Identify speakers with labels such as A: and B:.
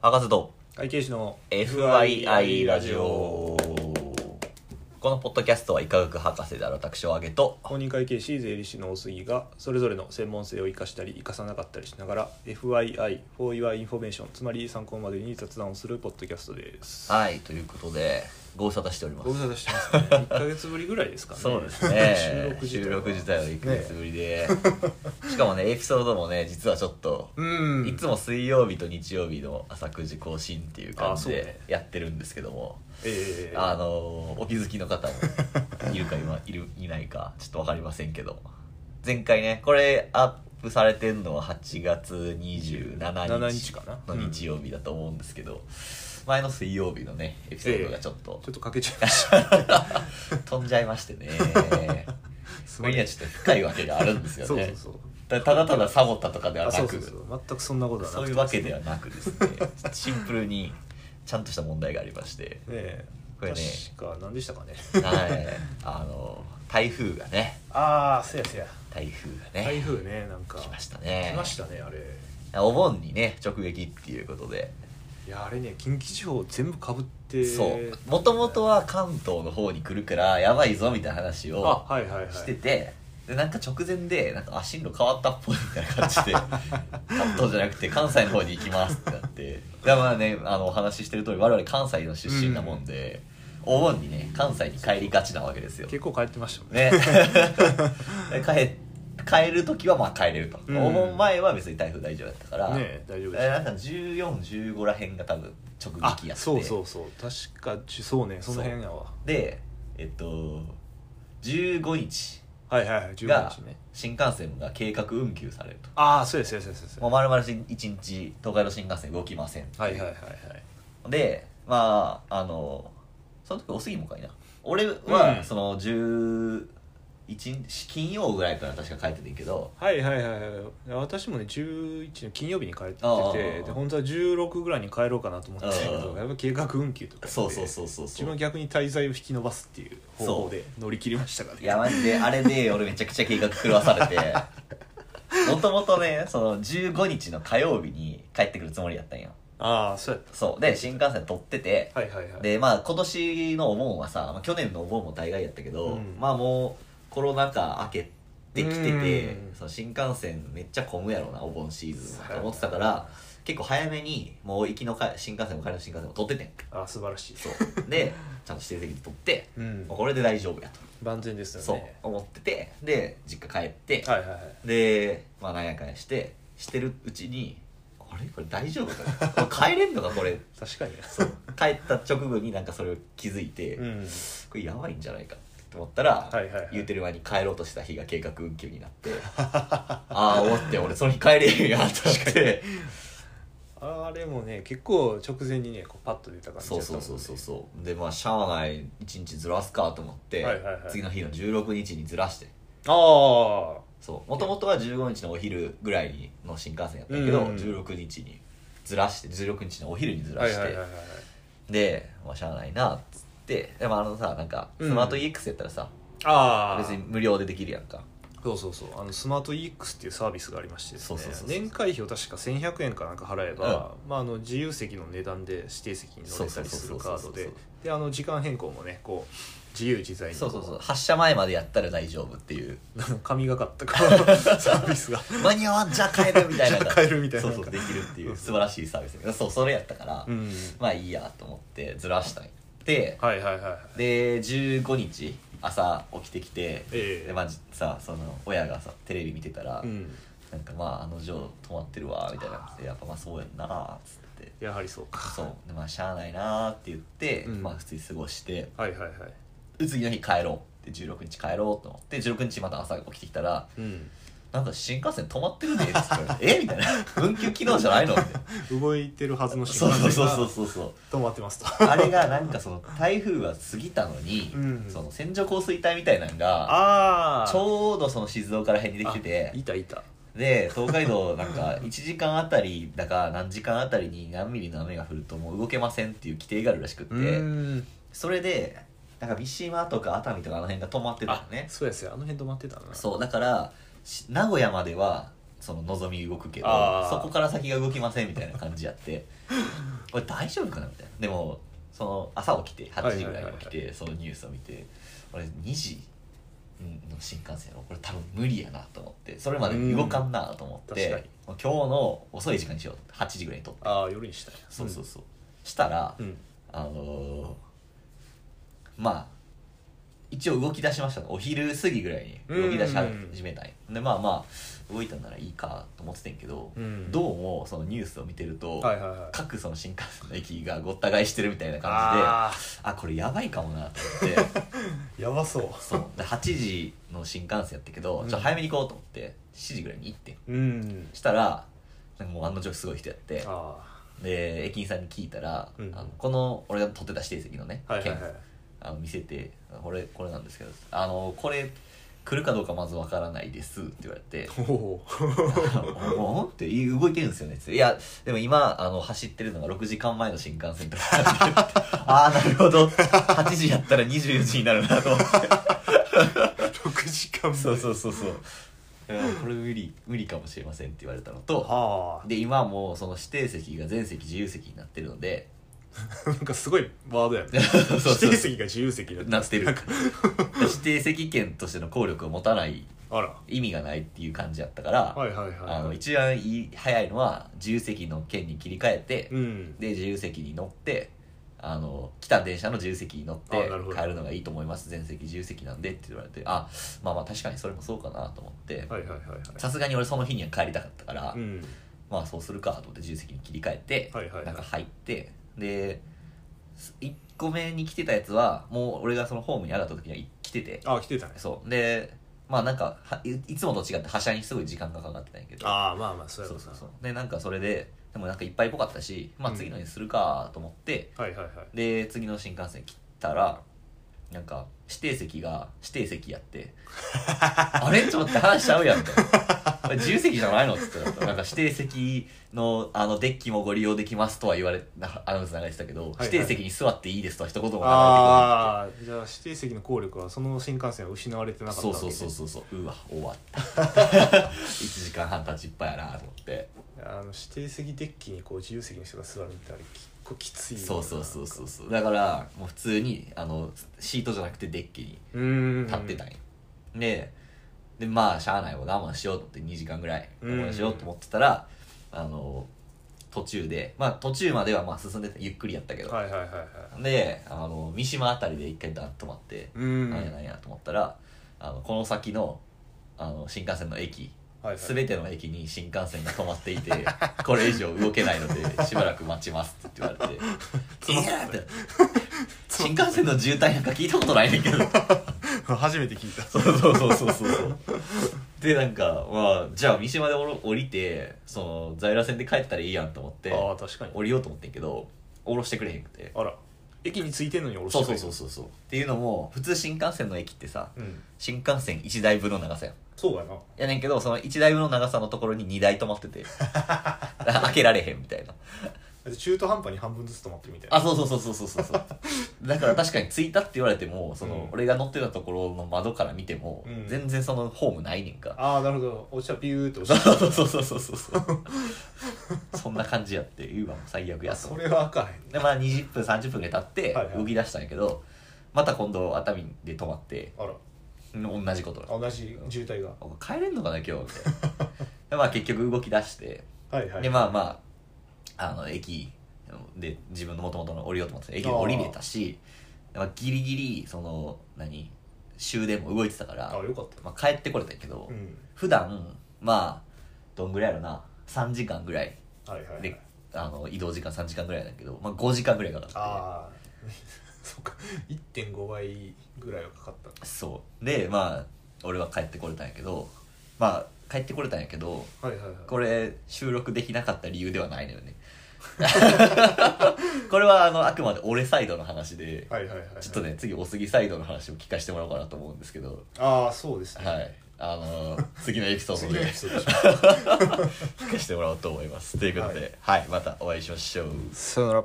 A: 博士と
B: 会計士の
A: FYI ラジオこのポッドキャストは医科学博士である私をあげと
B: 公認会計士税理士の大杉がそれぞれの専門性を生かしたり生かさなかったりしながら FYI for your information つまり参考までに雑談をするポッドキャストです
A: はいということでご無沙汰しております
B: ご無沙汰してますね1か月ぶりぐらいですかね
A: そうですね収
B: 収
A: 録
B: 録
A: 自
B: 自
A: 体は
B: 体
A: 1
B: は
A: ヶ月ぶりで、しかもねエピソードもね実はちょっと、
B: うん
A: いつも水曜日と日曜日の朝9時更新っていう感じ
B: あそう
A: で
B: ね
A: やってるんですけども
B: ええ
A: あのお気づきの方もいるか今いるいないかちょっと分かりませんけど前回ねこれアップされてるのは8月27
B: 7
A: 日
B: 日かな
A: の日曜日だと思うんですけど、前の水曜日のねエピソードがちょっと
B: ちょっとかけちゃいました
A: 飛んじゃいましてねそ
B: す
A: れにはちょっと深いわけがあるんですよ
B: そう
A: ね
B: そうそう
A: たただただサボったとかでは
B: あ
A: なくそ
B: そううそうそう全くそんなことはなくて
A: いうわけではなくですねシン プルにちゃんとした問題がありまして
B: え
A: これね
B: 確か何でしたかね
A: はいあの台風がね
B: ああせやせや
A: 台風がね
B: 台風ねなんか
A: 来ましたね
B: 来ましたねあれ
A: お盆にね直撃っていうことで、
B: いやあれね近畿地方全部かぶって
A: そうもともとは関東の方に来るからやばいぞみたいな話
B: あ
A: を
B: はいはいはい
A: しててでなんか直前でなんかあ進路変わったっぽいみたいな感 じで関東じゃなくて関西の方に行きますってなってだまあねあのお話ししてる通り我々関西の出身なもんで、お盆にね関西に帰りがちなわけですよ
B: 結構帰ってましたもんね
A: ね で帰帰る時はまあ帰れると、
B: うん
A: お盆前は別に台風大丈夫だったから、
B: ねえ大丈夫で
A: え
B: し
A: なんか1415らへんが多分直
B: たあ
A: 撃やって
B: そうそうそう確かちそうねその辺やわ
A: でえっと15日
B: はいはいはい
A: が
B: 15日ね
A: 新幹線が計画運休されると
B: ああそうやそうやそうやそう
A: もう
B: や
A: 丸々1日東海道新幹線動きません
B: はいはいはいはい
A: でまああのその時お杉もかいな俺は、
B: うん
A: その11日金曜ぐらいから確か帰っててんけど
B: はいはいはいはい私もね11の金曜日に帰ってて
A: あー
B: で本当は16ぐらいに帰ろうかなと思ってたけ
A: う
B: ど
A: ん
B: やっぱ計画運休とか
A: そうそうそうそう
B: 自
A: そ
B: 分は
A: う
B: 逆に滞在を引き延ばすっていう方法で乗り切りましたから
A: いやマジであれで俺めちゃくちゃ計画狂わされて もともとねその15日の火曜日に帰ってくるつもりやったんよ
B: ああそうやっ
A: そうで新幹線取ってて
B: たはいはいはい
A: でまあ今年のお盆はさ、まあ、去年のお盆も大概やったけど、
B: うん
A: まあもうコロナ禍明けてきてて
B: うん
A: その新幹線めっちゃ混むやろなお盆シーズン
B: はい
A: と思ってたから結構早めにもう行きのか新幹線も帰りの新幹線も取っててん
B: ああ素晴らしい
A: そう でちゃんと指定席で取って、
B: うん
A: もうこれで大丈夫やと、
B: 万全ですよね
A: そう思っててで実家帰って、
B: はいはいはい
A: でまあなんやかんやしてしてるうちにあれこれ大丈夫かなこれ帰れんのかこれ
B: 確かに
A: 帰った直後になんかそれを気づいて、
B: うん
A: これやばいんじゃないかって思ったら、
B: はいはいはい
A: 言うてる間に帰ろうとした日が計画運休になってああ思って俺その日帰れへんやと思って
B: あれもね結構直前にねこうパッと出た感じ
A: そ
B: だ
A: う
B: った
A: そ
B: も
A: う
B: んね
A: そうそうそうでまあしゃあない1日ずらすかと思って、
B: はいはいはい
A: 次の日の16日にずらして
B: あ
A: そうもともとは15日のお昼ぐらいの新幹線やったけど、
B: うん
A: 16日にずらして16日のお昼にず
B: あ
A: ら
B: は
A: し
B: い
A: て、
B: はいはいはい
A: で、まあ、しゃあないなっつってでもあのさなんかスマート EX やったらさ、
B: ああ
A: 別に無料でできるやんか
B: そうそうそうあのスマート EX っていうサービスがありましてですね
A: そうそうそうそう
B: 年会費を確か1100円かなんか払えば、まあ、あの自由席の値段で指定席に乗れたりするカー
A: そうそうそうそうそうそ
B: ド
A: う
B: でであの時間変更もねこう自由自在に
A: そうそうそう発車前までやったら大丈夫っていう
B: 神がかった こうサービスが
A: 間に合わんじゃあ帰るみたいな
B: じゃあ帰るみたいな
A: そうそうできるっていううん素晴らしいサービスそうそれやったから、
B: うん
A: まあいいやと思ってずらしたんよで
B: はいはいはいはい
A: で15日朝起きてきて、
B: ええ
A: でまあじさその親がさテレビ見てたら、
B: うん
A: なんかまああの女止まってるわみたいな感じでやっぱまあそうやんなっつって
B: やはりそうか
A: そうでまあしゃあないなーって言って、
B: うん
A: まあ普通に過ごして
B: はいはいはい
A: で次の日帰ろうって16日帰ろうと思って16日また朝起きてきたら
B: うん
A: なんか新幹線止まってるでって言われて えみたいな運休機能じゃないのみたいな
B: 動いてるはずの新
A: そう
B: 幹
A: そうそう
B: 線が
A: そうそうそう
B: 止まってますと
A: あれがなんかその台風は過ぎたのに、
B: うん
A: その線状降水帯みたいなのが
B: あ
A: ちょうどその静岡ら辺にできてて
B: いたいた
A: で東海道なん か1時間あたりだか何時間あたりに何ミリの雨が降るともう動けませんっていう規定があるらしくって、
B: うん
A: それでなんか三島とか熱海とかあの辺が止まってたのね
B: そうやそうやあの辺止まってたな
A: そうだからし名古屋まではその望み動くけど
B: あー
A: そこから先が動きませんみたいな感じやって 俺大丈夫かなみたいなでもその朝起きて8時ぐらいに起き
B: はいはいは
A: てそのニュースを見て俺2時の新幹線をこれ多分無理やなと思ってそれまで動かんなと思って、
B: うん
A: も
B: 確
A: う今日の遅い時間にしようって8時ぐらいに撮って
B: ああ夜にしたい
A: そうそうそうしたら、
B: うん、うん
A: あのーまあ一応動き出しましたねお昼過ぎぐらいに動き出し始めたい、でまあまあ動いたんならいいかと思ってたんやけど、
B: うん
A: どうもそのニュースを見てると、
B: はいはいはい
A: 各その新幹線の駅がごった返してるみたいな感じであ
B: あ
A: これやばいかもなと思って
B: ーやばそう
A: そうで8時の新幹線やったけどちょっと早めに行こうと思って7時ぐらいに行ってん
B: うん
A: したらなんかもう案の定すごい人やって
B: あ
A: で駅員さんに聞いたら、
B: うん
A: あのこの俺が取ってた指定席のね、
B: あはいはい
A: 券
B: はい
A: あの見せて「これこれなんですけどあのこれ来るかどうかまずわからないです」って言われて
B: おお
A: 「おお?」ってい動いてるんですよねいやでも今あの走ってるのが6時間前の新幹線とか ああなるほど8時やったら24時になるなと思って
B: 6時間前
A: そうそうそうそういやこれ無理無理かもしれませんって言われたのと
B: は
A: で今はもうその指定席が全席自由席になってるので
B: あなんかすごいワードや ね
A: そうそう
B: 指定席が自由席だ
A: なって る指定席券としての効力を持たない
B: あら
A: 意味がないっていう感じやったから、
B: はいはい
A: あ
B: はい
A: の
B: はい
A: 一番いい早いのは自由席の券に切り替えて、
B: うん
A: で自由席に乗ってあの来た電車の自由席に乗って
B: あなるほど
A: 帰るのがいいと思います全席自由席なんでって言われてあまあまあ確かにそれもそうかなと思って
B: はいはいはいはい
A: さすがに俺その日には帰りたかったから、
B: うん
A: まあそうするかと思って自由席に切り替えて、
B: はいはいはい
A: なんか入ってで1個目に来てたやつはもう俺がそのホームに上がった時にはい来てて
B: あ来てたね
A: そうでまあなんかはいいつもと違って発車にすごい時間がかかってたんやけど
B: ああまあまあそうや
A: そ
B: ろ
A: う
B: な
A: そうそうでなんかそれででもなんかいっぱいっぽかったし、まあ、
B: うん
A: 次のにするかと思って、
B: はいはいはい
A: で次の新幹線来たらなんか指定席が指定席やって あれちょっと待って話しちゃうやんとこれ自由席じゃないのって言ったらなんか指定席のあのデッキもご利用できますとは言われなアナウンス流れてたけど、
B: はい
A: 指定席に座っていいですとは一言も流れてこない
B: ああじゃあ指定席の効力はその新幹線は失われてなかった
A: そ
B: わ
A: う
B: け
A: そうそうそうそううわ終わった 1時間半経ちっぱやなと思って
B: あの指定席デッキにこう自由席の人が座るってあれ結構きついよな
A: そうそうそうそうそうだからもう普通にあのシートじゃなくてデッキに
B: うーん
A: 立ってたんよ、ででまあしゃあないわ我慢しようと思って2時間ぐらい我
B: うん
A: 慢しようと思ってたら、あの途中でまあ途中まではまあ進んでたゆっくりやったけど、
B: はいはいはいはい
A: であの三島あたりで一回ダッと止まって、
B: うーん
A: なんやなんやと思ったらあのこの先のあの新幹線の駅
B: はいはい
A: すべての駅に新幹線が止まってい てこれ以上動けないのでしばらく待ちますって言わ れて「い
B: ま
A: や!」 って新幹線の渋滞なんか聞いたことないねんけ ど
B: 初めて聞いた
A: そうそうそうそうそうそうでなんかまあじゃあ三島で降ろ降りてその在来線で帰ったらいいやんと思って
B: ああ確かに
A: 降りようと思ってんけど降ろしてくれへんくて
B: あら駅に着いてんのに降ろし
A: そう
B: て
A: そうそうそうそうっていうのも普通新幹線の駅ってさ
B: ううん
A: 新幹線1台分の長さやん
B: そうやな
A: やねんけどその1台分の長さのところに2台止まって て開けられへんみたいな
B: だって中途半端に半分ずつ止まってるみたいな
A: あそうそうそうそうそうそうそう だから確かに着いたって言われてもその、
B: うん
A: 俺が乗ってたところの窓から見ても、
B: うん
A: 全然そのホームないねんか、
B: ああなるほど落ちたらピューって
A: そ
B: 落
A: う
B: ち た
A: そうそうそう そうそうそんな感じやって言うわもう最悪や
B: あ
A: と
B: そ
A: 思って
B: れはあかへんね
A: でまあ20分30分ぐらい経って
B: はいはい
A: 動き出したんやけど、また今度熱海で泊まって
B: あら
A: 同じことなの
B: 同じ渋滞が
A: 帰れんのかな今日みたいなでまあ結局動き出して
B: はいはい
A: でまあまああの駅で自分のもともとの降りようと思ってた駅で降りれたしまあ、ギリギリその何終電も動いてたから
B: あよかった
A: まあ、帰ってこれたんやけど、
B: うん
A: 普段まあどんぐらいやろな3時間ぐらい
B: はいはいは
A: で、
B: い
A: あの移動時間3時間ぐらいだけど、まあ、5時間ぐらいかかって
B: ああ そっか1.5倍ぐらいはかかった
A: そうでまあ俺は帰ってこれたんやけどまあ帰ってこれたんやけど
B: はいはいはい
A: これ収録できなかった理由ではないのよね これはあのあくまで俺サイドの話で、
B: はいはいはいはい
A: ちょっとね次お杉サイドの話を聞かせてもらおうかなと思うんですけど
B: ああそうですね
A: はいあの次のエピソー
B: 次
A: ド
B: の
A: で
B: エピソー ドでしょ
A: 聞かせてもらおうと思いますということで、はい、またお会いしましょう
B: さよなら